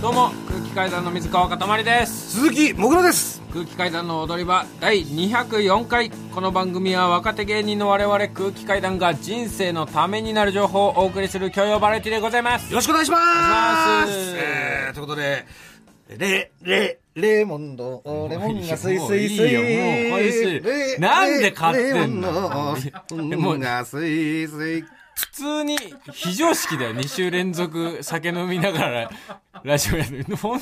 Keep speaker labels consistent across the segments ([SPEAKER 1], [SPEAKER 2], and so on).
[SPEAKER 1] どうも空気階段の水川かたまりです
[SPEAKER 2] 鈴木もぐらです
[SPEAKER 1] 空気階段の踊り場第204回この番組は若手芸人の我々空気階段が人生のためになる情報をお送りする教養バラエティでございます
[SPEAKER 2] よろしくお願いします
[SPEAKER 1] お願いします
[SPEAKER 2] えーということでレレレモンドレモンがスイスイスイ
[SPEAKER 1] もういいよもうこれスイ
[SPEAKER 2] レ
[SPEAKER 1] なんで買ってんの
[SPEAKER 2] レモンのレモンがスイスイ
[SPEAKER 1] 普通に非常識だよ2週連続酒飲みながらラジオやるの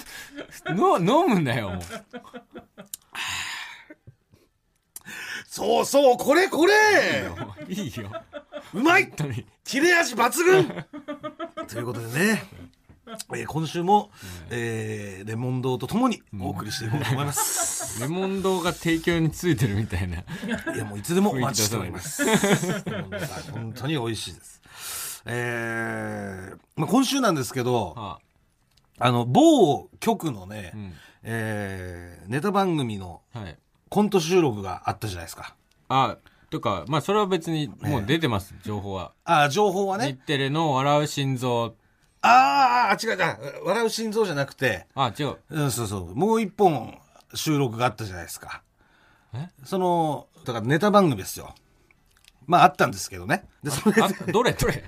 [SPEAKER 1] の飲むんだよもう
[SPEAKER 2] そうそうこれこれ
[SPEAKER 1] もういいよ
[SPEAKER 2] うまい
[SPEAKER 1] 本当に
[SPEAKER 2] 切れ味抜 群ということでねえー今週も、えーレモンドとともにお送りしていこうと思います。
[SPEAKER 1] レモン堂が提供についてるみたいない
[SPEAKER 2] や、もういつでもお待ちしております。本当に美味しいです。えーまあ、今週なんですけど、
[SPEAKER 1] あ
[SPEAKER 2] あの、某局のね、
[SPEAKER 1] ん
[SPEAKER 2] えーネタ番組の
[SPEAKER 1] あはい
[SPEAKER 2] コント収録があったじゃないですか。
[SPEAKER 1] あとかまあそれは別にもう出てます情報は
[SPEAKER 2] ああ、情報は
[SPEAKER 1] 日
[SPEAKER 2] ね。
[SPEAKER 1] テレの「笑う心臓
[SPEAKER 2] あーあー、違う違う。笑う心臓じゃなくて、」
[SPEAKER 1] あ違う
[SPEAKER 2] うん、そうそう。もう一本収録があったじゃないですか
[SPEAKER 1] え。
[SPEAKER 2] その、だからネタ番組ですよ。まああったんですけどね。で、それで
[SPEAKER 1] あどれどれ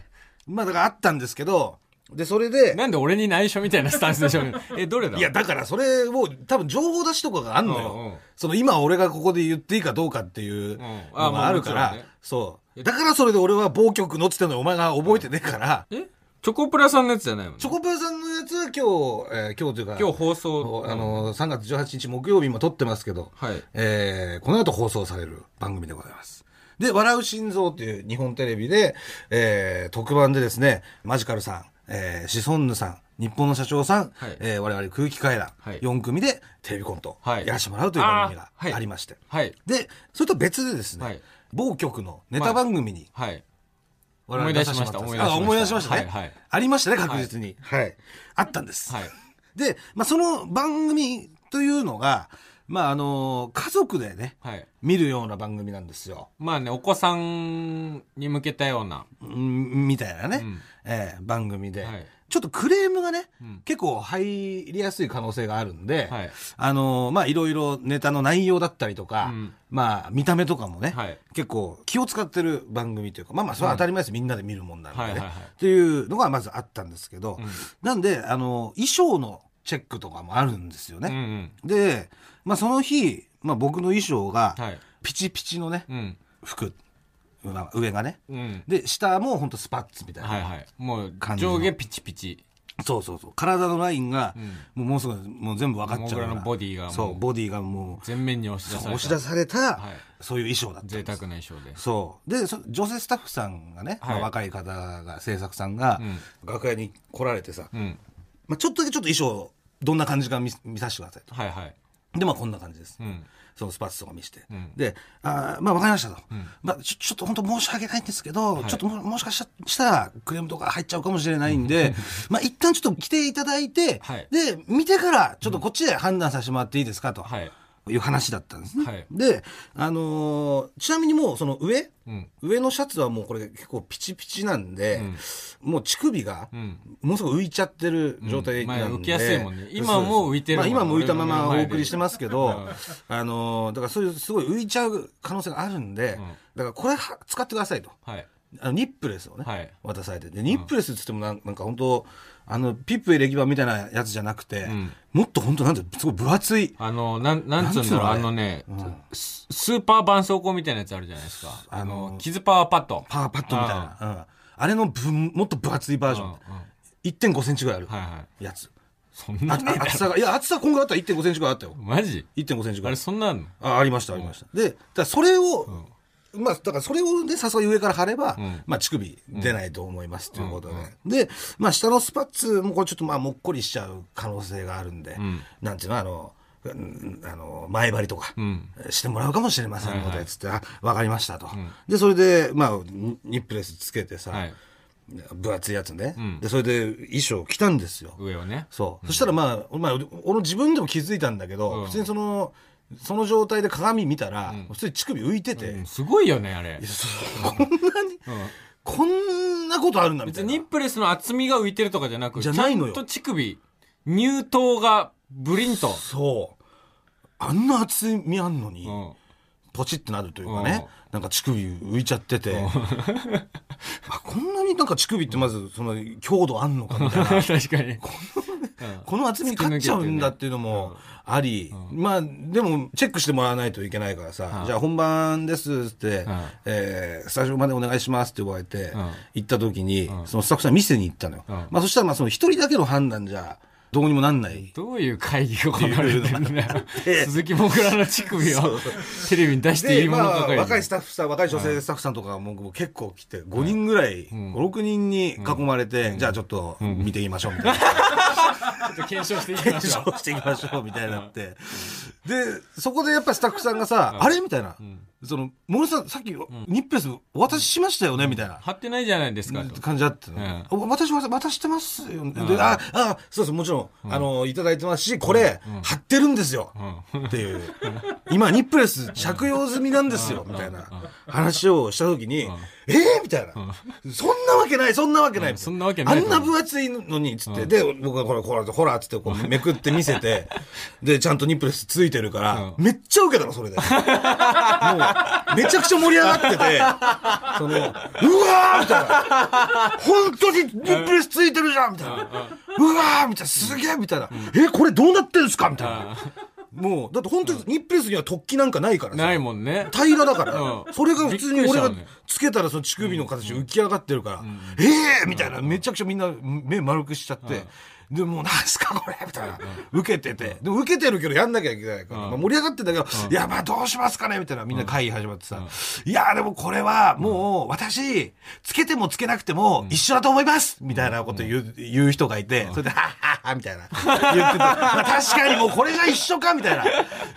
[SPEAKER 2] まあだからあったんですけど、で、それで、
[SPEAKER 1] なんで俺に内緒みたいなスタンスでし ょえどれだ
[SPEAKER 2] いや、だからそれを、多分情報出しとかがあんのよ。
[SPEAKER 1] うんうん
[SPEAKER 2] その今俺がここで言っていいかどうかっていうの
[SPEAKER 1] んあま
[SPEAKER 2] が
[SPEAKER 1] あ
[SPEAKER 2] あるから、
[SPEAKER 1] もちろんね
[SPEAKER 2] そう。だからそれで俺は某局のっつってんのにお前が覚えてねえから、
[SPEAKER 1] えチョコプラさんのやつじゃないもん
[SPEAKER 2] チョコプラさんのやつは今日、えー今日というか、
[SPEAKER 1] 今日放送
[SPEAKER 2] あの、3月18日木曜日も撮ってますけど、
[SPEAKER 1] はい
[SPEAKER 2] えーこの後放送される番組でございます。で、笑う心臓という日本テレビで、えー特番でですね、マジカルさん、えーシソンヌさん、日本の社長さん、
[SPEAKER 1] はい
[SPEAKER 2] えー我々空気階段、
[SPEAKER 1] はい
[SPEAKER 2] 4組でテレビコント、
[SPEAKER 1] はい
[SPEAKER 2] やらせてもらうという番組が
[SPEAKER 1] あーはい
[SPEAKER 2] ありまして。
[SPEAKER 1] はい
[SPEAKER 2] で、それと別でですね、
[SPEAKER 1] はい
[SPEAKER 2] 某局のネタ番組に
[SPEAKER 1] はい
[SPEAKER 2] 我々出させてもらったんで
[SPEAKER 1] 思い出し
[SPEAKER 2] す、
[SPEAKER 1] ました
[SPEAKER 2] あ思い出しましたね、
[SPEAKER 1] はいはい
[SPEAKER 2] ありましたね、確実に。はい。あったんです。
[SPEAKER 1] はい
[SPEAKER 2] で、まあ、その番組というのが、まあ、あの、家族でね、
[SPEAKER 1] はい
[SPEAKER 2] 見るような番組なんですよ。
[SPEAKER 1] まあねお子さんに向けたような
[SPEAKER 2] うんみたいなね、
[SPEAKER 1] うん
[SPEAKER 2] ええ番組で、
[SPEAKER 1] はい
[SPEAKER 2] ちょっとクレームがね、
[SPEAKER 1] うん
[SPEAKER 2] 結構入りやすい可能性があるんで、
[SPEAKER 1] はい
[SPEAKER 2] あの、まあ、いろいろネタの内容だったりとか、
[SPEAKER 1] うん
[SPEAKER 2] まあ、見た目とかもね、
[SPEAKER 1] はい
[SPEAKER 2] 結構気を使ってる番組というか、まあまあ、それは当たり前です、みんなで見るもんなんでね。
[SPEAKER 1] はいはいはい
[SPEAKER 2] っていうのがまずあったんですけど、
[SPEAKER 1] うん
[SPEAKER 2] なんで、あの、衣装のチェックとかもあるんですよ
[SPEAKER 1] うんう
[SPEAKER 2] ね。
[SPEAKER 1] ん
[SPEAKER 2] で、まあ、その日、まあ、僕の衣装が
[SPEAKER 1] はい、
[SPEAKER 2] ピチピチのね、
[SPEAKER 1] うん
[SPEAKER 2] 服、まあ上がね。
[SPEAKER 1] うん
[SPEAKER 2] で、下も本当スパッツみたいな。
[SPEAKER 1] はいはいもう
[SPEAKER 2] 感じの
[SPEAKER 1] 上下ピチピチ
[SPEAKER 2] そうそうそう。体のラインが、もうもうすぐ、もう全部分かっちゃう
[SPEAKER 1] モグ
[SPEAKER 2] からら。
[SPEAKER 1] のボディがもう
[SPEAKER 2] そう、ボディがも
[SPEAKER 1] 全面に押し
[SPEAKER 2] う、
[SPEAKER 1] 出され
[SPEAKER 2] 押し出
[SPEAKER 1] た
[SPEAKER 2] された、
[SPEAKER 1] はい
[SPEAKER 2] そういう衣装だったんで
[SPEAKER 1] 贅
[SPEAKER 2] す
[SPEAKER 1] 沢な衣装で
[SPEAKER 2] そう。で、そ女性スタッフさんがね、
[SPEAKER 1] はい
[SPEAKER 2] まあ若い方が、制作さんが、楽屋に来られてさ、
[SPEAKER 1] うん
[SPEAKER 2] まあ、ちょっとだけちょっと衣装、どんな感じか見見させてくださいと。
[SPEAKER 1] はいはい
[SPEAKER 2] で、まあこんな感じです。
[SPEAKER 1] うん
[SPEAKER 2] そのスパッツとか見して。
[SPEAKER 1] ん
[SPEAKER 2] で、あーまあわかりましたと。まあちょちょっと本当申し訳ないんですけど、ちょっとももしかしたしたらクレームとか入っちゃうかもしれないんで、まあ一旦ちょっと来ていただいて、
[SPEAKER 1] はい
[SPEAKER 2] で、見てからちょっとこっちで判断させてもらっていいですかと。
[SPEAKER 1] はい
[SPEAKER 2] いう話だったんですね。
[SPEAKER 1] はい
[SPEAKER 2] で、あのーちなみにもうその上、
[SPEAKER 1] うん
[SPEAKER 2] 上のシャツはもうこれ結構ピチピチなんで、もう乳首が、もうすぐ浮いちゃってる状態なんで、
[SPEAKER 1] うんまあ浮きやすいもんね今も浮いてるもんね
[SPEAKER 2] まあ、今も浮いたままお送りしてますけど、
[SPEAKER 1] うん
[SPEAKER 2] あのーだからそういうすごい浮いちゃう可能性があるんで、だからこれは使ってくださいと。
[SPEAKER 1] はい
[SPEAKER 2] あのニップレスをね、
[SPEAKER 1] はい
[SPEAKER 2] 渡されてでニップレスっつってもなんなんか本当あのピップエレキバみたいなやつじゃなくて、
[SPEAKER 1] ん
[SPEAKER 2] もっと本当なんてすごい分厚い
[SPEAKER 1] あのなんなんつうんだろう
[SPEAKER 2] な
[SPEAKER 1] あ
[SPEAKER 2] んつう
[SPEAKER 1] の
[SPEAKER 2] のあ
[SPEAKER 1] ねススーパー絆創膏みたいなやつあるじゃないですかあ
[SPEAKER 2] あの
[SPEAKER 1] のキズパワーパッド
[SPEAKER 2] パワーパッドみたいな、うん、あれのぶんもっと分厚いバージョン、
[SPEAKER 1] うんうん
[SPEAKER 2] 1.5センチぐらい
[SPEAKER 1] はい
[SPEAKER 2] あ
[SPEAKER 1] はい
[SPEAKER 2] るやつ、
[SPEAKER 1] そんな
[SPEAKER 2] あ
[SPEAKER 1] ねえだろ
[SPEAKER 2] 厚さがいや厚さ今回あったら1.5センチぐらいあったよ
[SPEAKER 1] マジ
[SPEAKER 2] 1.5センチぐ
[SPEAKER 1] あ
[SPEAKER 2] ら
[SPEAKER 1] れ
[SPEAKER 2] い
[SPEAKER 1] そんなあんの
[SPEAKER 2] あありましたありました、でだからそれを、まあだからそれをねさすがに上から貼れば、まあ乳首出ないと思いますということで、でまあ下のスパッツもこれちょっとまあもっこりしちゃう可能性があるんで、なんていうのあのうんあの前張りとかしてもらうかもしれませんので、つって、あ、わかりましたと。で、それで、まあ、ニニップレスつけてさ、
[SPEAKER 1] はい
[SPEAKER 2] 分厚いやつね、でそれで衣装着たんですよ、
[SPEAKER 1] 上をね
[SPEAKER 2] そうそしたらまあ、まあ、俺自分でも気づいたんだけど、
[SPEAKER 1] うん
[SPEAKER 2] 普通にそのその状態で鏡見たら、普通に乳首浮いてて、
[SPEAKER 1] うんすごいよねあれ
[SPEAKER 2] そうこんなに、こんなことあるんだみた
[SPEAKER 1] 別
[SPEAKER 2] い
[SPEAKER 1] にニッ
[SPEAKER 2] な
[SPEAKER 1] プレスの厚みが浮いてるとかじゃなく
[SPEAKER 2] じゃないのよ
[SPEAKER 1] ちゃんと乳首乳糖がブリンと。
[SPEAKER 2] そう。あんな厚みあんのに、
[SPEAKER 1] うん
[SPEAKER 2] ポチってなるというかね、なんか乳首浮いちゃってて、あこんなになんか乳首ってまずその強度あんのかみたいな。
[SPEAKER 1] 確かに。
[SPEAKER 2] この厚み勝っちゃうんだっていうのもあり、まあ、でも、チェックしてもらわないといけないからさ、じゃあ本番ですって、えースタジオまでお願いしますって言われて
[SPEAKER 1] ん、
[SPEAKER 2] 行った時に、そのスタッフさん見せに行ったのよ。
[SPEAKER 1] ん
[SPEAKER 2] まあ、そしたら、まあ、その一人だけの判断じゃ、どうにもなんない。
[SPEAKER 1] どういう会議が行われてんだよ
[SPEAKER 2] で。
[SPEAKER 1] 鈴木もぐらの乳首をテレビに出していいもの
[SPEAKER 2] ま
[SPEAKER 1] ば
[SPEAKER 2] あ、
[SPEAKER 1] かりに。
[SPEAKER 2] 若いスタッフさん、若い女性スタッフさんとかももう結構来て、5人ぐらい、5、6人に囲まれて、じゃあちょっと見てみましょうみたいな。
[SPEAKER 1] ちょっと検証していきましょう。
[SPEAKER 2] 検証していきましょうみたいになって。で、そこでやっぱスタッフさんがさ、あれみたいな。その、森さん、さっき、ニッペースお渡ししましたよねみたいな。
[SPEAKER 1] 貼ってないじゃないですかと。
[SPEAKER 2] 感じだったの、私は渡してますよ、ねでああそうそうもちろん、あのいただいてますしこれ、貼ってるんですよ、っていう今ニップレス着用済みなんですよ、みたいな話をした時に、ええー、みたいな、そんなわけないそんなわけない、
[SPEAKER 1] そんなわけない
[SPEAKER 2] あんな分厚いのにつって、で僕がこれこれほらっつってこうめくって見せ てでちゃんとニップレスついてるから、めっちゃウケたのそれでもうめちゃくちゃ盛り上がって てそのうわーみたいな本当にリプレスついてるじゃんみたいな。うわーみたいな、すげえみたいな。え、これどうなってんすかみたいな。もう、だって本当にニップレスには突起なんかないからさ
[SPEAKER 1] ないもんね。
[SPEAKER 2] 平らだか
[SPEAKER 1] う
[SPEAKER 2] ら。
[SPEAKER 1] ん
[SPEAKER 2] それが普通に俺が
[SPEAKER 1] びっくりしたね
[SPEAKER 2] つけたらその乳首の形浮き上がってるから、ええーみたいな、めちゃくちゃみんな目丸くしちゃって。でもうなんすかこれみたいな。受けてて。でも受けてるけどやんなきゃいけないから。まあ盛り上がってんだけど、いやまあどうしますかねみたいな。みんな会議始まってさ。いやでもこれはもう私、つけてもつけなくても一緒だと思いますみたいなこと言う言う人がいて、それで、はっはっはみたいな。言ってて、まあ確かにもうこれが一緒かみたいな。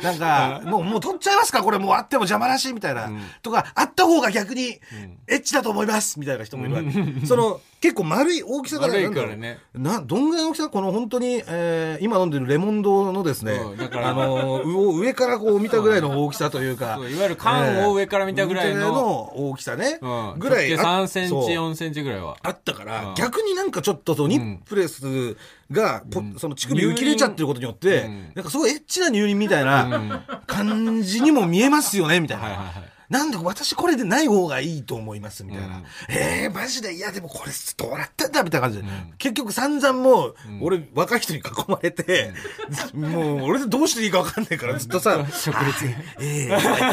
[SPEAKER 2] なんか、もう、もう取っちゃいますかこれもうあっても邪魔らしいみたいな。とか、あった方が逆に、エッチだと思いますみたいな人もいるわけ。その、結構丸い大きさから、
[SPEAKER 1] 丸い
[SPEAKER 2] なんだろう
[SPEAKER 1] からね
[SPEAKER 2] な、どんぐらいの大きさこの本当に、えー今飲んでるレモン堂のですね
[SPEAKER 1] うん、だから
[SPEAKER 2] あの、う上からこう見たぐらいの大きさというか
[SPEAKER 1] そう。いわゆる缶を上から見たぐらいの
[SPEAKER 2] えー見た大きさね
[SPEAKER 1] うん。。
[SPEAKER 2] ぐらいあ。
[SPEAKER 1] 3センチ、
[SPEAKER 2] そう
[SPEAKER 1] 4センチぐらいは。
[SPEAKER 2] あったから、逆になんかちょっとそのニップレスが、ぽその乳首浮き出ちゃってることによって、なんかすごいエッチな乳輪みたいな感じにも見えますよね、みたいな。
[SPEAKER 1] はいはいはい
[SPEAKER 2] なんで私これでない方がいいと思います、みたいな。えー、マジで、いやでもこれどうなってんだ、みたいな感じで。結局散々もう、俺若い人に囲まれて、 もう俺でどうしていいか分かんないからずっと さ、
[SPEAKER 1] 食列
[SPEAKER 2] あええとか言って、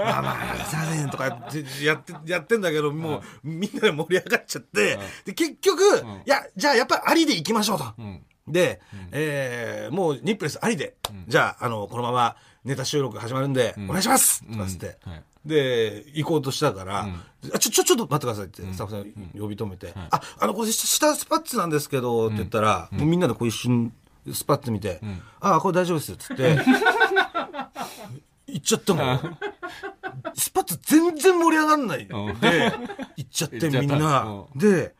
[SPEAKER 2] まあまあ、すいませんとかってやって、やってんだけど、もう、みんなで盛り上がっちゃって、で、結局、いや、じゃあやっぱりありでいきましょうと。で、えーもうニップレスありで、じゃあ、あの、このままネタ収録始まるんで、お願いしますとかつって、
[SPEAKER 1] はい
[SPEAKER 2] で、行こうとしたから、あちょ、ちょ、ちょっと待ってくださいって、スタッフさん呼び止めて、あ、あの、これ、下スパッツなんですけど、って言ったら、もうみんなでこう一瞬、スパッツ見て、ああ、これ大丈夫です、つ って、行っちゃったもん。スパッツ全然盛り上がんないで、
[SPEAKER 1] ん
[SPEAKER 2] 行っちゃって
[SPEAKER 1] 行
[SPEAKER 2] みん
[SPEAKER 1] っちゃった
[SPEAKER 2] な。で、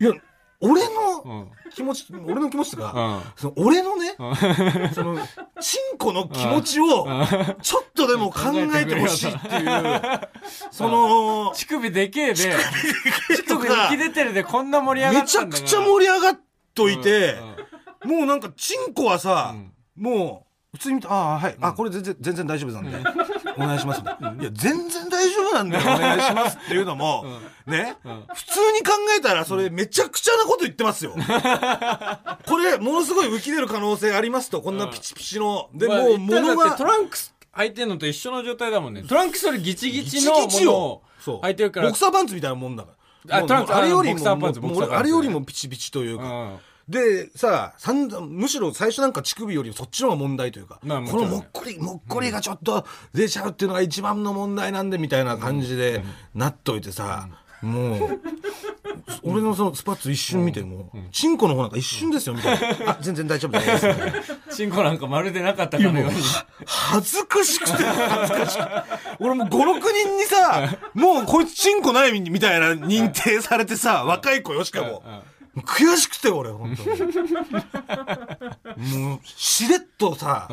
[SPEAKER 2] いや、俺の気持ち、俺の気持ちとか、その俺のね、その、チンコの気持ちを、ちょっとでも考えてほしいっていう、そ の、
[SPEAKER 1] 乳首でけえで、乳首浮き出てるでこんな盛り上が
[SPEAKER 2] め
[SPEAKER 1] っ
[SPEAKER 2] ち
[SPEAKER 1] た
[SPEAKER 2] ゃ
[SPEAKER 1] んだ
[SPEAKER 2] く
[SPEAKER 1] から
[SPEAKER 2] ちゃ盛り上がっといて、もうなんか、チンコはさ、もう、普通に見て、ああ、はい、あ、これ全然、全然大丈夫なんで、お願いします。いや、全然大丈夫なんで、お願いしますっていうのも、ね、普通に考えたら、それめちゃくちゃなこと言ってますよ。これ、ものすごい浮き出る可能性ありますと、こんなピチピチの。で、
[SPEAKER 1] まあ
[SPEAKER 2] もう、
[SPEAKER 1] 言ったら
[SPEAKER 2] 物
[SPEAKER 1] だってト
[SPEAKER 2] が、
[SPEAKER 1] ランクス履いてんのと一緒の状態だもんね。トランクスよりギチギチのも
[SPEAKER 2] ギチギチ
[SPEAKER 1] の
[SPEAKER 2] よ
[SPEAKER 1] を
[SPEAKER 2] そう
[SPEAKER 1] 履いてるから。
[SPEAKER 2] ボクサーパンツみたいなもんだから。
[SPEAKER 1] あ
[SPEAKER 2] もう
[SPEAKER 1] トランクス
[SPEAKER 2] もうあれより
[SPEAKER 1] ボクサ
[SPEAKER 2] も、
[SPEAKER 1] ーパンツ
[SPEAKER 2] もう
[SPEAKER 1] ボクサーパンツ
[SPEAKER 2] あれよりもピチピチというか。
[SPEAKER 1] うん
[SPEAKER 2] でさ散々むしろ最初なんか乳首よりそっちの方が問題というか、
[SPEAKER 1] まあもち
[SPEAKER 2] こ
[SPEAKER 1] ろん
[SPEAKER 2] のもっこりもっこりがちょっと出ちゃうっていうのが一番の問題なんでみたいな感じでなっといてさ、もう。俺のそのスパッツ一瞬見ても、チンコの方なんか一瞬ですよ、みたいな。あ、全然大丈夫です。みたいな
[SPEAKER 1] チンコなんかまるでなかったか のように。
[SPEAKER 2] 恥ずかしくて、恥ずかしくて。俺もう5、6人にさ、もうこいつチンコないみたいな認定されてさ、若い子よ、しかも。悔しくて、俺、本 当に。もう、しれっとさ、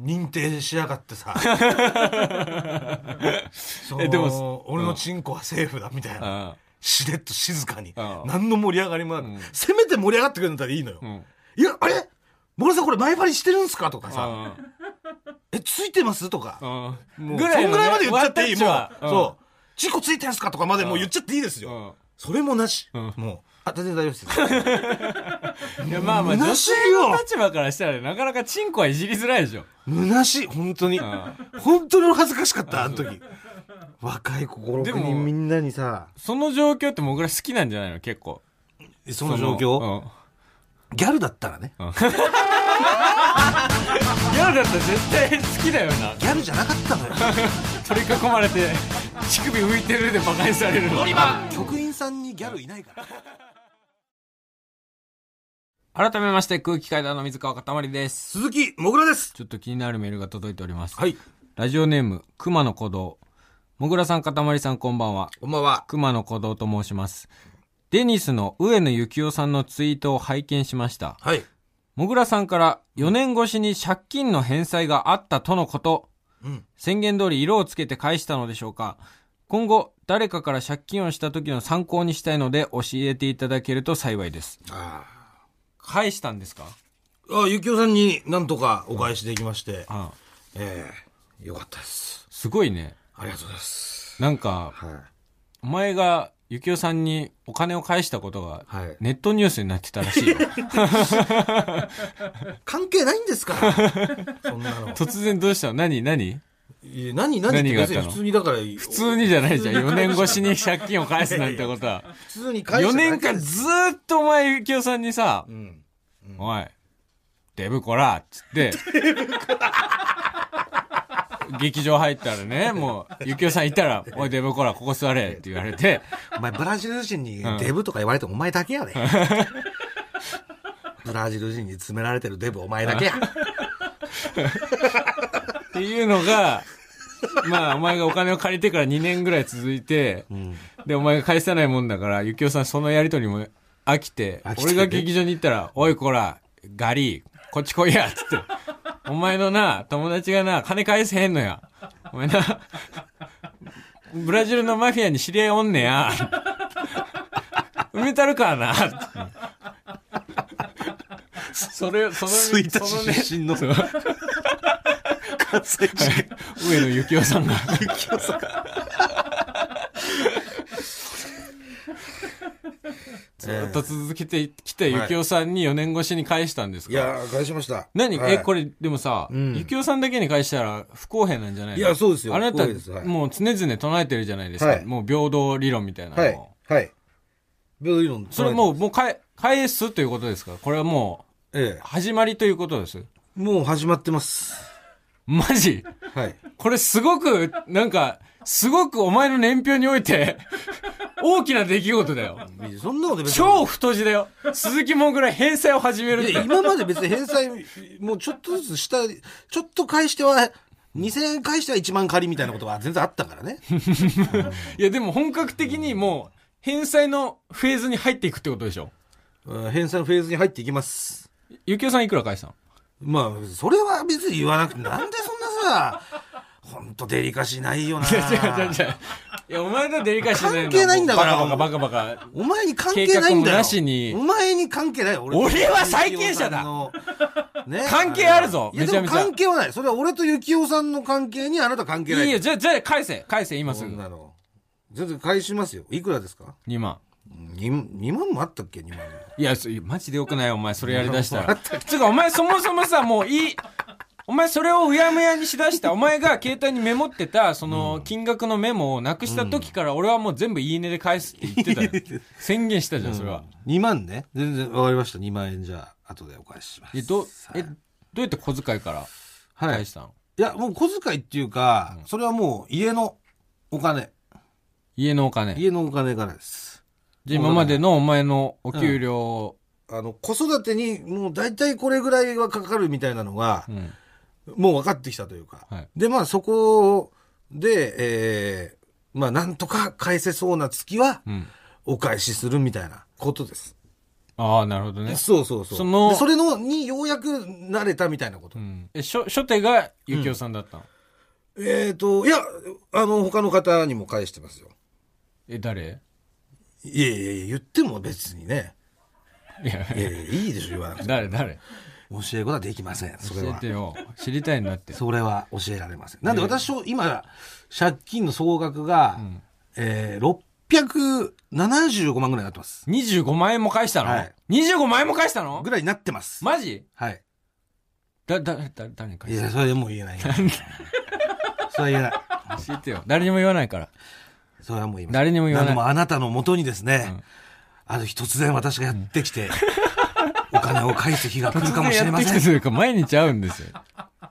[SPEAKER 2] 認定しやがって さ。そ
[SPEAKER 1] えでも
[SPEAKER 2] の俺のチンコはセーフだ、みたいな。
[SPEAKER 1] あ
[SPEAKER 2] しれっと静かに
[SPEAKER 1] うん。
[SPEAKER 2] 何の盛り上がりもなく。せめて盛り上がってくれるんだったらいいのよ。いや、あれ森さんこれ前張りしてるんすかとかさ、
[SPEAKER 1] あ
[SPEAKER 2] え、ついてますとか、
[SPEAKER 1] あ
[SPEAKER 2] もう
[SPEAKER 1] ぐらい
[SPEAKER 2] そんぐらいまで言っちゃっていい、もう、
[SPEAKER 1] そ
[SPEAKER 2] そう、チンコついてんすかとかまでもう言っちゃっていいです
[SPEAKER 1] う
[SPEAKER 2] よ。
[SPEAKER 1] ん
[SPEAKER 2] それもなし。
[SPEAKER 1] ん
[SPEAKER 2] もう、あ、全然大丈夫です。 い
[SPEAKER 1] いやまあまあ女
[SPEAKER 2] 虚しい
[SPEAKER 1] 性
[SPEAKER 2] よ
[SPEAKER 1] の立場からしたらなかなかチンコはいじりづらいでしょ
[SPEAKER 2] 虚しい、本当に。本当に俺恥ずかしかった、あの時。若い心
[SPEAKER 1] で
[SPEAKER 2] 6
[SPEAKER 1] も
[SPEAKER 2] 人みんなにさ、
[SPEAKER 1] その状況ってもぐら好きなんじゃないの結構
[SPEAKER 2] その状況、ギャルだったらね。
[SPEAKER 1] いやだったら絶対好きだよな
[SPEAKER 2] ギャルじゃなかったのよ。
[SPEAKER 1] 取り囲まれて 乳首浮いてるでバカにされるの
[SPEAKER 2] 局員さんにギャルいないから。
[SPEAKER 1] 改めまして空気階段の水川かたまりです
[SPEAKER 2] 鈴木もぐらです。
[SPEAKER 1] ちょっと気になるメールが届いております、
[SPEAKER 2] はい。
[SPEAKER 1] ラジオネーム熊野古道もぐらさんかたまりさんこんばんは
[SPEAKER 2] こんばんは。
[SPEAKER 1] 熊野古道と申しますデニスの上野幸雄さんのツイートを拝見しました
[SPEAKER 2] はい。
[SPEAKER 1] もぐらさんから4年越しに借金の返済があったとのこと。
[SPEAKER 2] うん
[SPEAKER 1] 宣言通り色をつけて返したのでしょうか今後、誰かから借金をした時の参考にしたいので教えていただけると幸いです。
[SPEAKER 2] あ
[SPEAKER 1] 返したんですか
[SPEAKER 2] あ、ゆきおさんになんとかお返しできまして、
[SPEAKER 1] ああ
[SPEAKER 2] ええよかったです。
[SPEAKER 1] すごいね。
[SPEAKER 2] ありがとうございます。
[SPEAKER 1] なんか、
[SPEAKER 2] はい。
[SPEAKER 1] お前が、ゆきおさんにお金を返したことが
[SPEAKER 2] はい、
[SPEAKER 1] ネットニュースになってたらしいよ。
[SPEAKER 2] 関係ないんですから。 そんなの。
[SPEAKER 1] 突然どうしたの何何
[SPEAKER 2] いや何、何っ
[SPEAKER 1] 何
[SPEAKER 2] て
[SPEAKER 1] があっ
[SPEAKER 2] 別
[SPEAKER 1] たの
[SPEAKER 2] に普通にだから、普
[SPEAKER 1] 普通にじゃないじゃん。4年越しに借金を返すなんてことは。
[SPEAKER 2] 普通に返し
[SPEAKER 1] 4
[SPEAKER 2] ただけ
[SPEAKER 1] 年間
[SPEAKER 2] です
[SPEAKER 1] ずーっとお前、ゆきおさんにさ、
[SPEAKER 2] うん。
[SPEAKER 1] おい、デブコラっつって、劇場入ったらね、もう、ゆきおさんいたら、おい、デブコラ、ここ座れって言われて、
[SPEAKER 2] お前、ブラジル人にデブとか言われてもお前だけやで。 ブラジル人に詰められてるデブお前だけや。
[SPEAKER 1] っていうのが、まあ、お前がお金を借りてから2年ぐらい続いて、で、お前が返さないもんだから、ゆきおさんそのやりとりも飽きて、
[SPEAKER 2] 飽きてね
[SPEAKER 1] 俺が劇場に行ったら、おい、こら、ガリ、こっち来いや、つって。お前のな、友達がな、金返せへんのや。お前な、ブラジルのマフィアに知り合いおんねや。埋めたるからな。 それ、その、そ
[SPEAKER 2] 吹田
[SPEAKER 1] のね、
[SPEAKER 2] 市出身の 関西人。
[SPEAKER 1] 上野幸雄さ んが。ずっと続けてきた幸雄さんに4年越しに返したんです
[SPEAKER 2] い
[SPEAKER 1] か、
[SPEAKER 2] やー、返しました。
[SPEAKER 1] 何、
[SPEAKER 2] はい
[SPEAKER 1] え、これ、でもさ、
[SPEAKER 2] ん
[SPEAKER 1] 幸雄さんだけに返したら不公平なんじゃないの
[SPEAKER 2] いやそうですよ
[SPEAKER 1] あな
[SPEAKER 2] 不
[SPEAKER 1] た、
[SPEAKER 2] 公平ですはい
[SPEAKER 1] もう常々唱えてるじゃないですか。
[SPEAKER 2] はい
[SPEAKER 1] もう平等理論みたいなのを
[SPEAKER 2] はい。はい。平等理論。
[SPEAKER 1] それもう、もう返、返すということですかこれはも
[SPEAKER 2] え
[SPEAKER 1] う、始まりということです。
[SPEAKER 2] え。もう始まってます。
[SPEAKER 1] マジ
[SPEAKER 2] はい。
[SPEAKER 1] これすごく、なんか、すごくお前の年表におい て、大きな出来事だよ。
[SPEAKER 2] そんなこと別に。
[SPEAKER 1] 超太字だよ。鈴木もぐらい返済を始めるっ
[SPEAKER 2] いや
[SPEAKER 1] て。
[SPEAKER 2] 今まで別に返済、もうちょっとずつした、ちょっと返しては、2000円返しては1万借りみたいなことは全然あったか らね。
[SPEAKER 1] いや、でも本格的にもう、返済のフェーズに入っていくってことでしょ。
[SPEAKER 2] うん返済のフェーズに入っていきます。
[SPEAKER 1] ゆきおさんいくら返したの
[SPEAKER 2] まあ、それは別に言わなくて、なんでそんなさ、ほんとデリカシーないよな。
[SPEAKER 1] いや、違う違う違う。いや、お前のデリカシーないの
[SPEAKER 2] 関係ないんだから
[SPEAKER 1] バカバカバカバカ。
[SPEAKER 2] お前に関係ないん
[SPEAKER 1] 計
[SPEAKER 2] だ
[SPEAKER 1] 画も
[SPEAKER 2] よ。
[SPEAKER 1] なしに
[SPEAKER 2] お前に関係ないよ。
[SPEAKER 1] 俺は債権者だ
[SPEAKER 2] だ。ね、
[SPEAKER 1] 関係あるぞ
[SPEAKER 2] いや
[SPEAKER 1] めちゃ
[SPEAKER 2] で
[SPEAKER 1] め
[SPEAKER 2] も
[SPEAKER 1] ちゃ
[SPEAKER 2] 関係はない。それは俺と幸男さんの関係にあなた関係ない。
[SPEAKER 1] いいよ、じゃあ、じゃあ返せ。返せ、今す
[SPEAKER 2] そん
[SPEAKER 1] ぐ。
[SPEAKER 2] なの。全然返しますよ。いくらですか
[SPEAKER 1] 2万。
[SPEAKER 2] 2, 2万もあったっけ ?2 万も。
[SPEAKER 1] いや、そマジでよくないよお前、それやりだした
[SPEAKER 2] もう
[SPEAKER 1] ら。
[SPEAKER 2] あった
[SPEAKER 1] つうか、お前そもそもさ、もういい。お前それをうやむやにしだした。お前が携帯にメモってた、その、金額のメモをなくした時から、俺はもう全部いいねで返すって言ってたよ。 宣言したじゃん、それは。
[SPEAKER 2] 2万ね。全然わかりました。2万円じゃあ、後でお返しします。
[SPEAKER 1] え、ど、え、どうやって小遣いから
[SPEAKER 2] はい。
[SPEAKER 1] 返
[SPEAKER 2] い
[SPEAKER 1] したの、
[SPEAKER 2] や、もう小遣いっていうか、それはもう家のお金。
[SPEAKER 1] 家のお金。じゃ
[SPEAKER 2] 家のお金からです。
[SPEAKER 1] あ今までのお前のお給料を、
[SPEAKER 2] あの、子育てにもう大体これぐらいはかかるみたいなのが
[SPEAKER 1] う、ん。
[SPEAKER 2] もう分かってきたというか。
[SPEAKER 1] はい
[SPEAKER 2] で、まあそこで、えーまあなんとか返せそうな月は
[SPEAKER 1] うん。
[SPEAKER 2] お返しするみたいなことです。
[SPEAKER 1] ああ、なるほどね。
[SPEAKER 2] そうそうそう。
[SPEAKER 1] その
[SPEAKER 2] でそれのにようやく慣れたみたいなこと。
[SPEAKER 1] うん。え、しょ、初手がゆきおさんだったの、
[SPEAKER 2] えっ、と、いや、あの、他の方にも返してますよ。
[SPEAKER 1] え、誰
[SPEAKER 2] いやいやいや、言っても別にね。
[SPEAKER 1] いや、
[SPEAKER 2] いやいやいいでしょ、言わなくて。
[SPEAKER 1] 誰誰
[SPEAKER 2] 教えることはできません。それ
[SPEAKER 1] 教え
[SPEAKER 2] は
[SPEAKER 1] て。よ。知りたいんだって。
[SPEAKER 2] それは教えられません。なんで私、今、借金の総額が、えー、675万ぐらいになってます。
[SPEAKER 1] 25万円も返したの、
[SPEAKER 2] はい
[SPEAKER 1] ?25 万円も返したの
[SPEAKER 2] ぐらいになってます。
[SPEAKER 1] マジ
[SPEAKER 2] はい。
[SPEAKER 1] だ、だ、だ、誰に返
[SPEAKER 2] い
[SPEAKER 1] し
[SPEAKER 2] や、それでもう言えない。それは言えない。
[SPEAKER 1] た教えてよ。誰にも言わないから。
[SPEAKER 2] それはもう言いません
[SPEAKER 1] 誰にも言わない
[SPEAKER 2] んでもあなたのもとにですね、
[SPEAKER 1] うん
[SPEAKER 2] ある日突然私がやってきて、 お金を返す日が来るかもしれま
[SPEAKER 1] 突然やってきて
[SPEAKER 2] せん。
[SPEAKER 1] というか、毎日会うんですよ。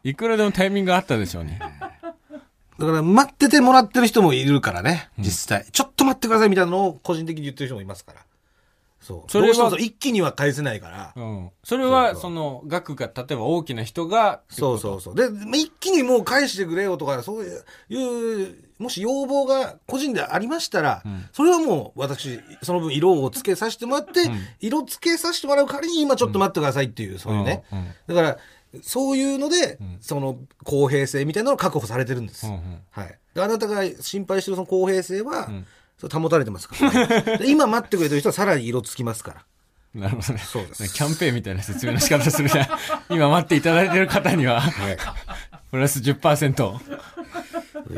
[SPEAKER 1] いくらでもタイミングがあったでしょうね。
[SPEAKER 2] だから待っててもらってる人もいるからね、実際。ちょっと待ってくださいみたいなのを個人的に言ってる人もいますから。そう。
[SPEAKER 1] そ
[SPEAKER 2] そ
[SPEAKER 1] れ
[SPEAKER 2] れ
[SPEAKER 1] は
[SPEAKER 2] は一気には返せないから。
[SPEAKER 1] うん。それは、
[SPEAKER 2] そうそう
[SPEAKER 1] その、額が、例えば大きな人が、
[SPEAKER 2] そうそうそう。で、まあ一気にもう返してくれよとか、そういう、もし要望が個人でありましたら、それはもう私、その分色をつけさせてもらって、色つけさせてもらう代わりに今ちょっと待ってくださいっていう、そういうね。
[SPEAKER 1] うんうん
[SPEAKER 2] だから、そういうので、その公平性みたいなのを確保されてるんです。
[SPEAKER 1] うんうん
[SPEAKER 2] はい。であなたが心配してるその公平性は、
[SPEAKER 1] ん
[SPEAKER 2] それ保たれてますから、ねで今待ってくれてる人はさらに色つきますから。
[SPEAKER 1] なるほどね。
[SPEAKER 2] そうです
[SPEAKER 1] キャンペーンみたいな説明の仕方するじゃん。 今待っていただいてる方には、
[SPEAKER 2] はい。
[SPEAKER 1] プラス10%、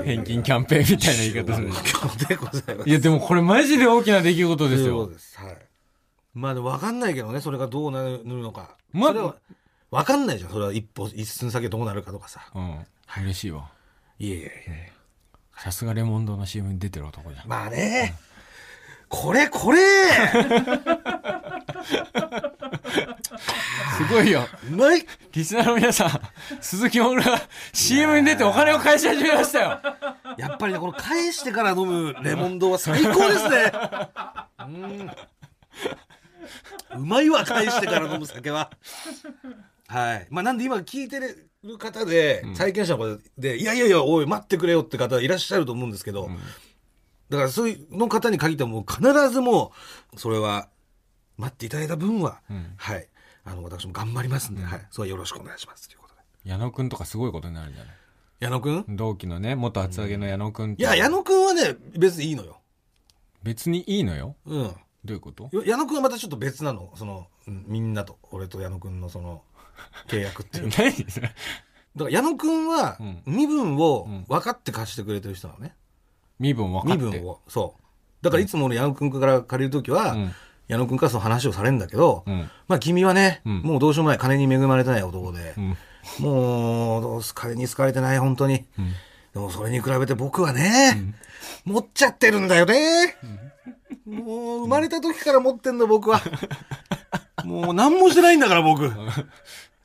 [SPEAKER 1] 返金キャンペーンみたいな言い方するじゃん。
[SPEAKER 2] 今日でございます
[SPEAKER 1] い。や、でもこれマジで大きな出来事です
[SPEAKER 2] そう
[SPEAKER 1] よ。
[SPEAKER 2] です。はい。まあでも分かんないけどね、それがどうなるのか。
[SPEAKER 1] まあ
[SPEAKER 2] それは分かんないじゃん、それは一歩、一寸先どうなるかとかさ。
[SPEAKER 1] うん。嬉しいわ。
[SPEAKER 2] いやいやいや。
[SPEAKER 1] さすがレモンドの CM に出てる男じゃん。
[SPEAKER 2] まあね。これこれ
[SPEAKER 1] すごいよ。
[SPEAKER 2] うまい
[SPEAKER 1] リスナーの皆さん、鈴木もぐらが CM に出てお金を返し始めましたよ。
[SPEAKER 2] やっぱりね、この返してから飲むレモンドは最高ですね。うん。うまいわ、返してから飲む酒は。はい。まあなんで今聞いてる方で、体験者の方で、いやいやいや、おい、待ってくれよって方いらっしゃると思うんですけど、だからそういうの方に限ってはもう必ずもう、それは、待っていただいた分は、はい。あの、私も頑張りますんで、はい。それはよろしくお願いします。ということで。
[SPEAKER 1] 矢野くんとかすごいことになるんじゃない
[SPEAKER 2] 矢野くん
[SPEAKER 1] 同期のね、元厚揚げの矢野くんと
[SPEAKER 2] いや、矢野くんはね、別にいいのよ。
[SPEAKER 1] 別にいいのよ。
[SPEAKER 2] うん。
[SPEAKER 1] どういうこと
[SPEAKER 2] よ矢野くんはまたちょっと別なのそのうんみんなと俺と矢野くんのその契約っていう
[SPEAKER 1] 何
[SPEAKER 2] だか
[SPEAKER 1] それ
[SPEAKER 2] ら矢野くんは
[SPEAKER 1] うん
[SPEAKER 2] 身分を分かって貸してくれてる人なのね、
[SPEAKER 1] 身分分か
[SPEAKER 2] 身
[SPEAKER 1] って。
[SPEAKER 2] 分をそうだからいつも俺矢野くんから借りる時は、
[SPEAKER 1] うん
[SPEAKER 2] 矢野くんからその話をされるんだけど、
[SPEAKER 1] うん
[SPEAKER 2] まあ君はね、
[SPEAKER 1] うん
[SPEAKER 2] もうどうしようもない金に恵まれてない男で、
[SPEAKER 1] ん
[SPEAKER 2] もうどうす金に好かれてない本当に、でもそれに比べて僕はね、持っちゃってるんだよね、もう生まれた時から持ってんの僕はもう何もしてないんだから僕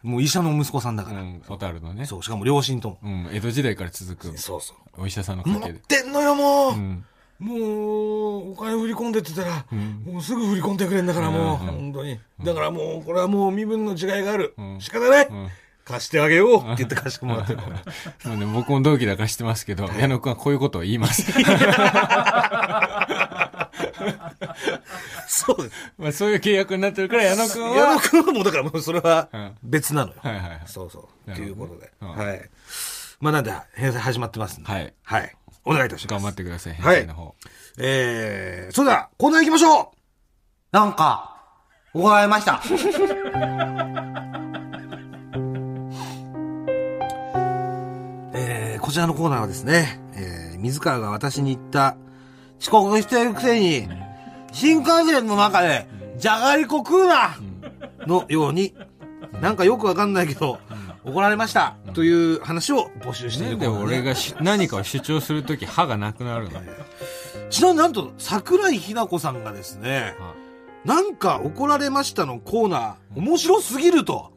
[SPEAKER 2] もう医者の息子さんだか
[SPEAKER 1] う
[SPEAKER 2] ら、
[SPEAKER 1] ん、小樽のね。
[SPEAKER 2] そうしかも両親とも、
[SPEAKER 1] うん、江戸時代から続く
[SPEAKER 2] そうそう
[SPEAKER 1] お医者さんの家
[SPEAKER 2] 持っ
[SPEAKER 1] 系で。
[SPEAKER 2] てんのよもう、
[SPEAKER 1] うん。
[SPEAKER 2] もう、お金振り込んでって言ったら、もうすぐ振り込んでくれんだから、もう、本当に。だからもう、これはもう身分の違いがある。仕方ない、貸してあげようって言って貸してもらってるから。
[SPEAKER 1] もうね、僕も同期だから知ってますけど、矢野くんはこういうことを言います。
[SPEAKER 2] そうです。
[SPEAKER 1] まあそういう契約になってるから矢野くん
[SPEAKER 2] 矢
[SPEAKER 1] は
[SPEAKER 2] 野、君はもう、だからもうそれは
[SPEAKER 1] うん
[SPEAKER 2] 別なのよ。
[SPEAKER 1] はいはいはい。
[SPEAKER 2] そうそう。
[SPEAKER 1] な
[SPEAKER 2] とい
[SPEAKER 1] る
[SPEAKER 2] う
[SPEAKER 1] ほ
[SPEAKER 2] こ
[SPEAKER 1] ど
[SPEAKER 2] とで。
[SPEAKER 1] うん
[SPEAKER 2] はい。まあなんで、返済始まってますんで。
[SPEAKER 1] はい。
[SPEAKER 2] はい。お願いいたします。
[SPEAKER 1] 頑張ってください、
[SPEAKER 2] はい
[SPEAKER 1] 返済の方。
[SPEAKER 2] えー、それでは、コーナー行きましょうなんか、怒られました。 えー、こちらのコーナーはですね、えー、水川が私に言った、遅刻しているくせに、新幹線の中で、じゃがりこ食うなのように、なんかよくわかんないけど、怒られましたという話を募集してい
[SPEAKER 1] な
[SPEAKER 2] る
[SPEAKER 1] ん
[SPEAKER 2] コ
[SPEAKER 1] で
[SPEAKER 2] ーナー
[SPEAKER 1] 俺がし何かを主張するとき歯がなくなるの
[SPEAKER 2] ちなみになんと、桜井日奈子さんがですね、
[SPEAKER 1] は
[SPEAKER 2] なんか怒られましたのコーナー、面白すぎると、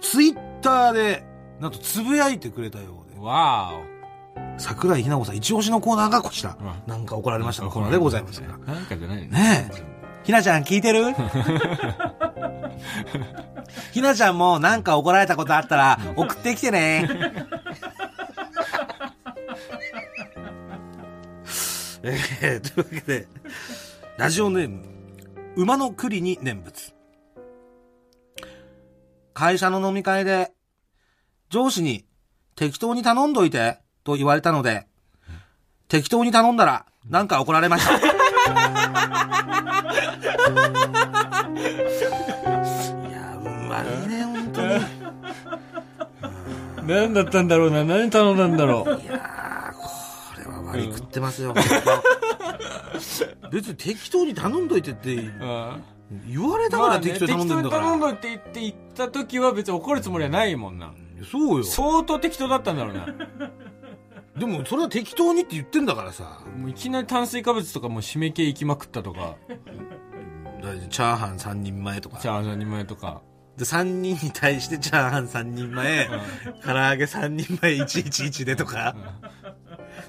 [SPEAKER 2] ツイッターで、なんとつぶやいてくれたようで、
[SPEAKER 1] わ
[SPEAKER 2] 桜井日奈子さん一押しのコーナーがこち
[SPEAKER 1] う
[SPEAKER 2] ら、なんか怒られました
[SPEAKER 1] ー
[SPEAKER 2] の
[SPEAKER 1] お
[SPEAKER 2] コーナーでございますが。
[SPEAKER 1] なんかじゃないね。
[SPEAKER 2] ねえ、ひなちゃん聞いて るひなちゃんもなんか怒られたことあったら送ってきてね。 えー、というわけで、ラジオネーム、馬の栗に念仏。会社の飲み会で、上司に適当に頼んどいてと言われたので、適当に頼んだらなんか怒られました。いや、うまいね。ね本当に
[SPEAKER 1] 何だったんだろうな何頼んだんだろう
[SPEAKER 2] これは割り食ってますよ、本当別に適当に頼んどいてって
[SPEAKER 1] うん
[SPEAKER 2] 言われたか
[SPEAKER 1] まあ
[SPEAKER 2] ら
[SPEAKER 1] ね
[SPEAKER 2] 適当
[SPEAKER 1] 適
[SPEAKER 2] に
[SPEAKER 1] 当
[SPEAKER 2] 頼ん
[SPEAKER 1] に
[SPEAKER 2] でんだから、
[SPEAKER 1] 頼むって言って行った時は別に怒るつもりはないもんな
[SPEAKER 2] そうよ
[SPEAKER 1] 相当適当だったんだろうな
[SPEAKER 2] でもそれは適当にって言ってんだからさ
[SPEAKER 1] もういきなり炭水化物とかもう締め系行きまくったとか
[SPEAKER 2] だチャーハン3人前とか
[SPEAKER 1] チャーハン2枚とか
[SPEAKER 2] で3人に対してチャーハン3人前唐揚げ3人 前111でとか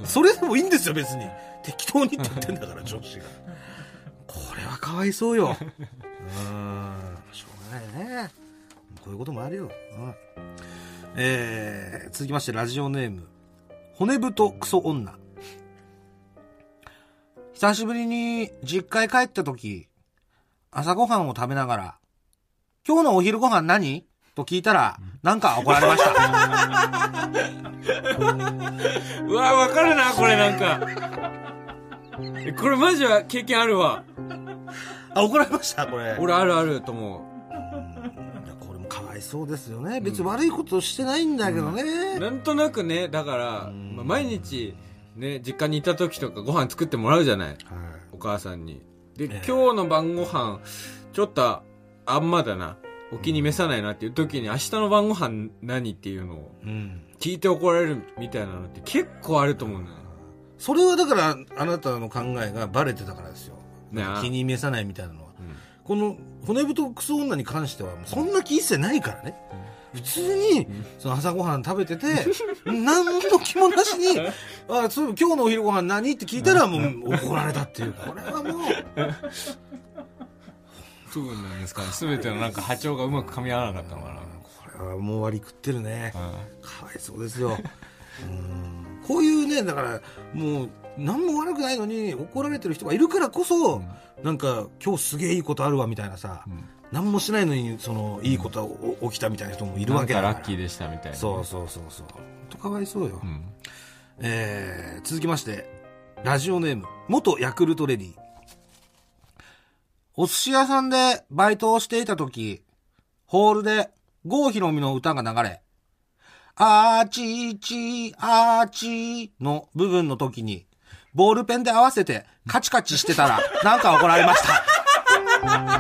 [SPEAKER 2] それでもいいんですよ別に適当にって言ってんだから上司がこれはかわいそう ようんしょうがないねこういうこともあるよ、うんえー、続きましてラジオネーム骨太クソ女久しぶりに実家へ帰った時朝ごはんを食べながら今日のお昼ご飯何と聞いたら、なんか怒られま した。
[SPEAKER 1] うわわかるなこれなんかえこれマジは経験あるわ
[SPEAKER 2] あ、怒られましたこれ。
[SPEAKER 1] 俺あるあると思
[SPEAKER 2] これもかわいそうですよね。別に悪いことしてないんだけどね。
[SPEAKER 1] う なんとなくねだから、まあ毎日ね実家にいた時とかご飯作ってもらうじゃない
[SPEAKER 2] は
[SPEAKER 1] お母さんにで、
[SPEAKER 2] ええ
[SPEAKER 1] 今日の晩ご飯ちょっとあんまだなお気に召さないなっていう時に、明日の晩ご飯何っていうのを
[SPEAKER 2] い。うん。
[SPEAKER 1] 聞いて怒られるみたいなのって結構あると思うんだよね
[SPEAKER 2] それはだから、あなたの考えがバレてたからですよ。
[SPEAKER 1] ね
[SPEAKER 2] 気に召さないみたいなのは。
[SPEAKER 1] ん
[SPEAKER 2] この骨太クソ女に関しては、そんな気一切ないからね。普通に、その朝ごはん食べてて、 何の気もなし に、あ、そう、今日のお昼ご飯何って聞いたら、もう怒られたっていう。これはもう、
[SPEAKER 1] そうなんですかね 全てのなんか波長がうまく噛み合わなかったのか
[SPEAKER 2] これはもう割り食ってるね。
[SPEAKER 1] な、うん
[SPEAKER 2] かわいそうですよ。 うんこういうね、だから、もう、何も悪くないのに怒られてる人がいるからこそ、なんか、今日すげえいいことあるわみたいなさ、何もしないのに、その、いいことがお起きたみたいな人もいる
[SPEAKER 1] な
[SPEAKER 2] わ
[SPEAKER 1] ん
[SPEAKER 2] けだ
[SPEAKER 1] か
[SPEAKER 2] から。
[SPEAKER 1] ラッキーでしたみたいな
[SPEAKER 2] そうそうそうそう。ほんとかわいそうよ。
[SPEAKER 1] ん
[SPEAKER 2] えー続きまして、ラジオネーム、元ヤクルトレディ。お寿司屋さんでバイトをしていた時、ホールで郷ひろみの歌が流れ、あーちーちー、あーちーの部分の時に、ボールペンで合わせてカチカチしてたら、なんか怒られました。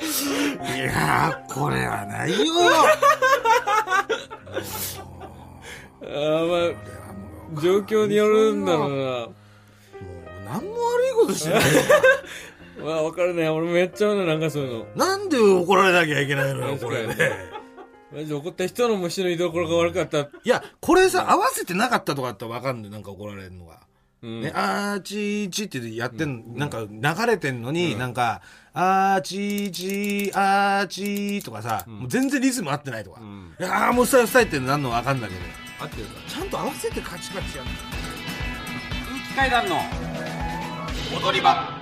[SPEAKER 2] いやー、これはないよ。
[SPEAKER 1] あーまあ状況によるんだろう
[SPEAKER 2] 何も悪いことしてない。
[SPEAKER 1] なまあ分からない俺もやっちゃうななんかそういうの
[SPEAKER 2] なんで怒られなきゃいけないのよ、これ
[SPEAKER 1] 確かに
[SPEAKER 2] ね。
[SPEAKER 1] マジで怒った人の虫の居所が悪かった
[SPEAKER 2] いや、これさ、合わせてなかったとかだったらわかんない、なんか怒られるのが。
[SPEAKER 1] うん
[SPEAKER 2] ね、あーちーちーってやってん、なんか流れてんのに、なんか、あーちーちー、あーちーとかさ、もう全然リズム合ってないとか。
[SPEAKER 1] ん
[SPEAKER 2] いやあーもうスタイルスタイルってなんのわかんないけど。
[SPEAKER 1] 合ってるか
[SPEAKER 2] ちゃんと合わせてカチカチやって
[SPEAKER 3] 空気階段の踊り場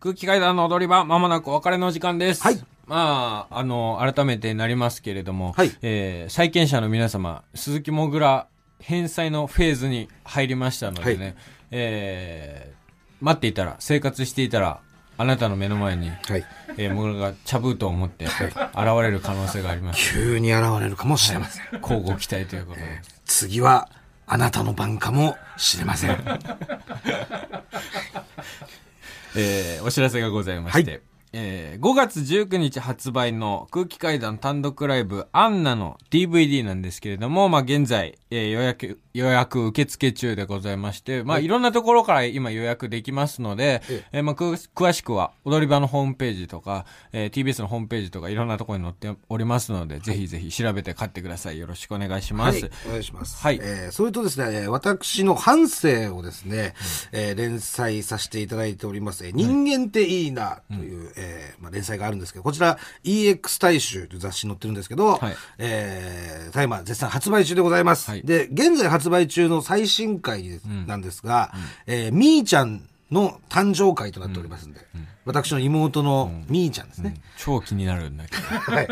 [SPEAKER 1] 空気階段の踊り場、まもなくお別れの時間です。
[SPEAKER 2] はい。
[SPEAKER 1] まあ、あの、改めてになりますけれども、
[SPEAKER 2] はい
[SPEAKER 1] えー債権者の皆様、鈴木もぐら返済のフェーズに入りましたのでね、
[SPEAKER 2] は
[SPEAKER 1] えー待っていたら、生活していたら、あなたの目の前に、
[SPEAKER 2] はい。
[SPEAKER 1] えー、もぐらが茶封筒を持って、現れる可能性があります。
[SPEAKER 2] 急に現れるかもしれません。
[SPEAKER 1] 交互期待ということで。
[SPEAKER 2] 次は、あなたの番かもしれません。
[SPEAKER 1] えーお知らせがございまして、
[SPEAKER 2] は
[SPEAKER 1] えー5月19日発売の空気階段単独ライブ「アンナ」の DVD なんですけれども、まあ、現在、えー予約予約受付中でございまして、まあ、いろんなところから今予約できますので、え
[SPEAKER 2] え
[SPEAKER 1] ーまあ、く詳しくは踊り場のホームページとか、えー TBS のホームページとかいろんなところに載っておりますので、ぜひぜひ調べて買ってくださいよろしくお願いします、
[SPEAKER 2] はい、お願いします。
[SPEAKER 1] はい
[SPEAKER 2] えーそれとですね、えー私の半生をですね、えー連載させていただいております、えー人間っていいなという、えーまあ、連載があるんですけど、こちら EX 大衆という雑誌に載ってるんですけど、
[SPEAKER 1] はい
[SPEAKER 2] えー、タイマー絶賛発売中でございます。
[SPEAKER 1] はい
[SPEAKER 2] で、現在発売中の最新回ですなんですが、えーみーちゃんの誕生会となっておりますんで、私の妹のみーちゃんですね。
[SPEAKER 1] 超気になるんだけど。
[SPEAKER 2] はい、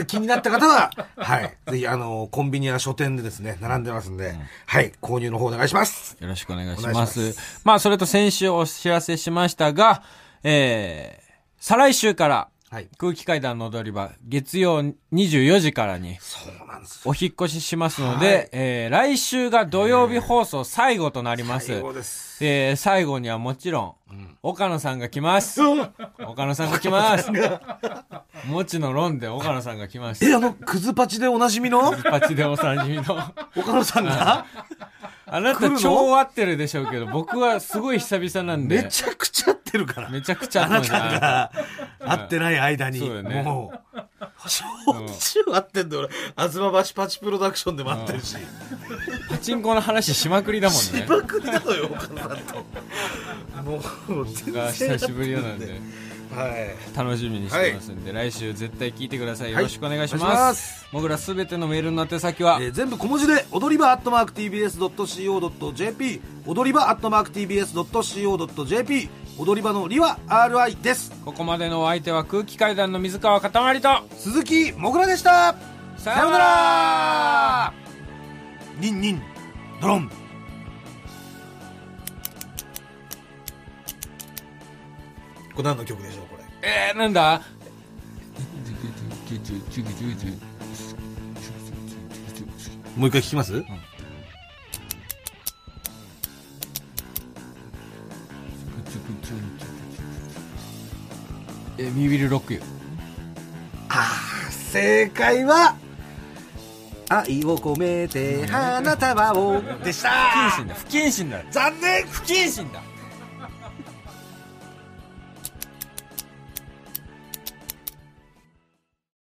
[SPEAKER 2] で気になった方は、はい、ぜひあのコンビニや書店でですね並んでますんで、はい購入の方お願いします。
[SPEAKER 1] よろしくお願いし
[SPEAKER 2] お
[SPEAKER 1] ま
[SPEAKER 2] 願い
[SPEAKER 1] す。
[SPEAKER 2] し
[SPEAKER 1] ま
[SPEAKER 2] ま
[SPEAKER 1] あ、それと先週お知らせしましたが、えー、再来週から、
[SPEAKER 2] はい
[SPEAKER 1] 空気階段の踊り場、月曜24時からに、
[SPEAKER 2] そうなんです。
[SPEAKER 1] お引っ越ししますので、
[SPEAKER 2] はい
[SPEAKER 1] えー来週が土曜日放送最後となります。
[SPEAKER 2] 最後です。
[SPEAKER 1] えー最後にはもちろん、岡野さんが来ます。岡野さんが来ます。もちの論で岡野さんが来ます。
[SPEAKER 2] え、あの、クズパチでおなじみの
[SPEAKER 1] パチでおさじみの。
[SPEAKER 2] 岡野さんが
[SPEAKER 1] あな
[SPEAKER 2] 来る
[SPEAKER 1] た
[SPEAKER 2] の
[SPEAKER 1] 超合ってるでしょうけど、僕はすごい久々なんで。
[SPEAKER 2] めちゃくちゃ合ってるから。
[SPEAKER 1] めちゃくちゃ
[SPEAKER 2] あ
[SPEAKER 1] 合
[SPEAKER 2] な
[SPEAKER 1] って
[SPEAKER 2] た
[SPEAKER 1] るな
[SPEAKER 2] が会ってない間に。
[SPEAKER 1] そうだよね
[SPEAKER 2] もう。しょっちゅう会ってんだよ俺。東橋パチプロダクションでも会ってるし。
[SPEAKER 1] パチンコの話しまくりだもん
[SPEAKER 2] し
[SPEAKER 1] ね。
[SPEAKER 2] ばくりだのよ、岡野さんと。もう、全
[SPEAKER 1] が
[SPEAKER 2] 然
[SPEAKER 1] 久しぶりなんで、
[SPEAKER 2] はい。
[SPEAKER 1] 楽しみにしてますんで、来週絶対聞いてください。よろしくお願いし
[SPEAKER 2] お願いし
[SPEAKER 1] ま
[SPEAKER 2] ますす。
[SPEAKER 1] もぐらすべてのメールの宛先は
[SPEAKER 2] え、ー全部小文字で踊り場アットマーク TBS.CO.JP 踊り場アットマーク TBS.CO.JP 踊り場のりは RI です
[SPEAKER 1] ここまでのお相手は空気階段の水川かたまりと、
[SPEAKER 2] 鈴木もぐらでした
[SPEAKER 1] さ
[SPEAKER 2] ようならニンニンドロンこれ何の曲でしょうこれ
[SPEAKER 1] えー、なん だ
[SPEAKER 2] もう一回聞きます、
[SPEAKER 1] えー、ミビルロックユー。
[SPEAKER 2] 正解は愛を込めて花束をでした
[SPEAKER 1] 不謹慎だ、不謹慎だ。
[SPEAKER 2] 残念
[SPEAKER 1] 不謹慎だ。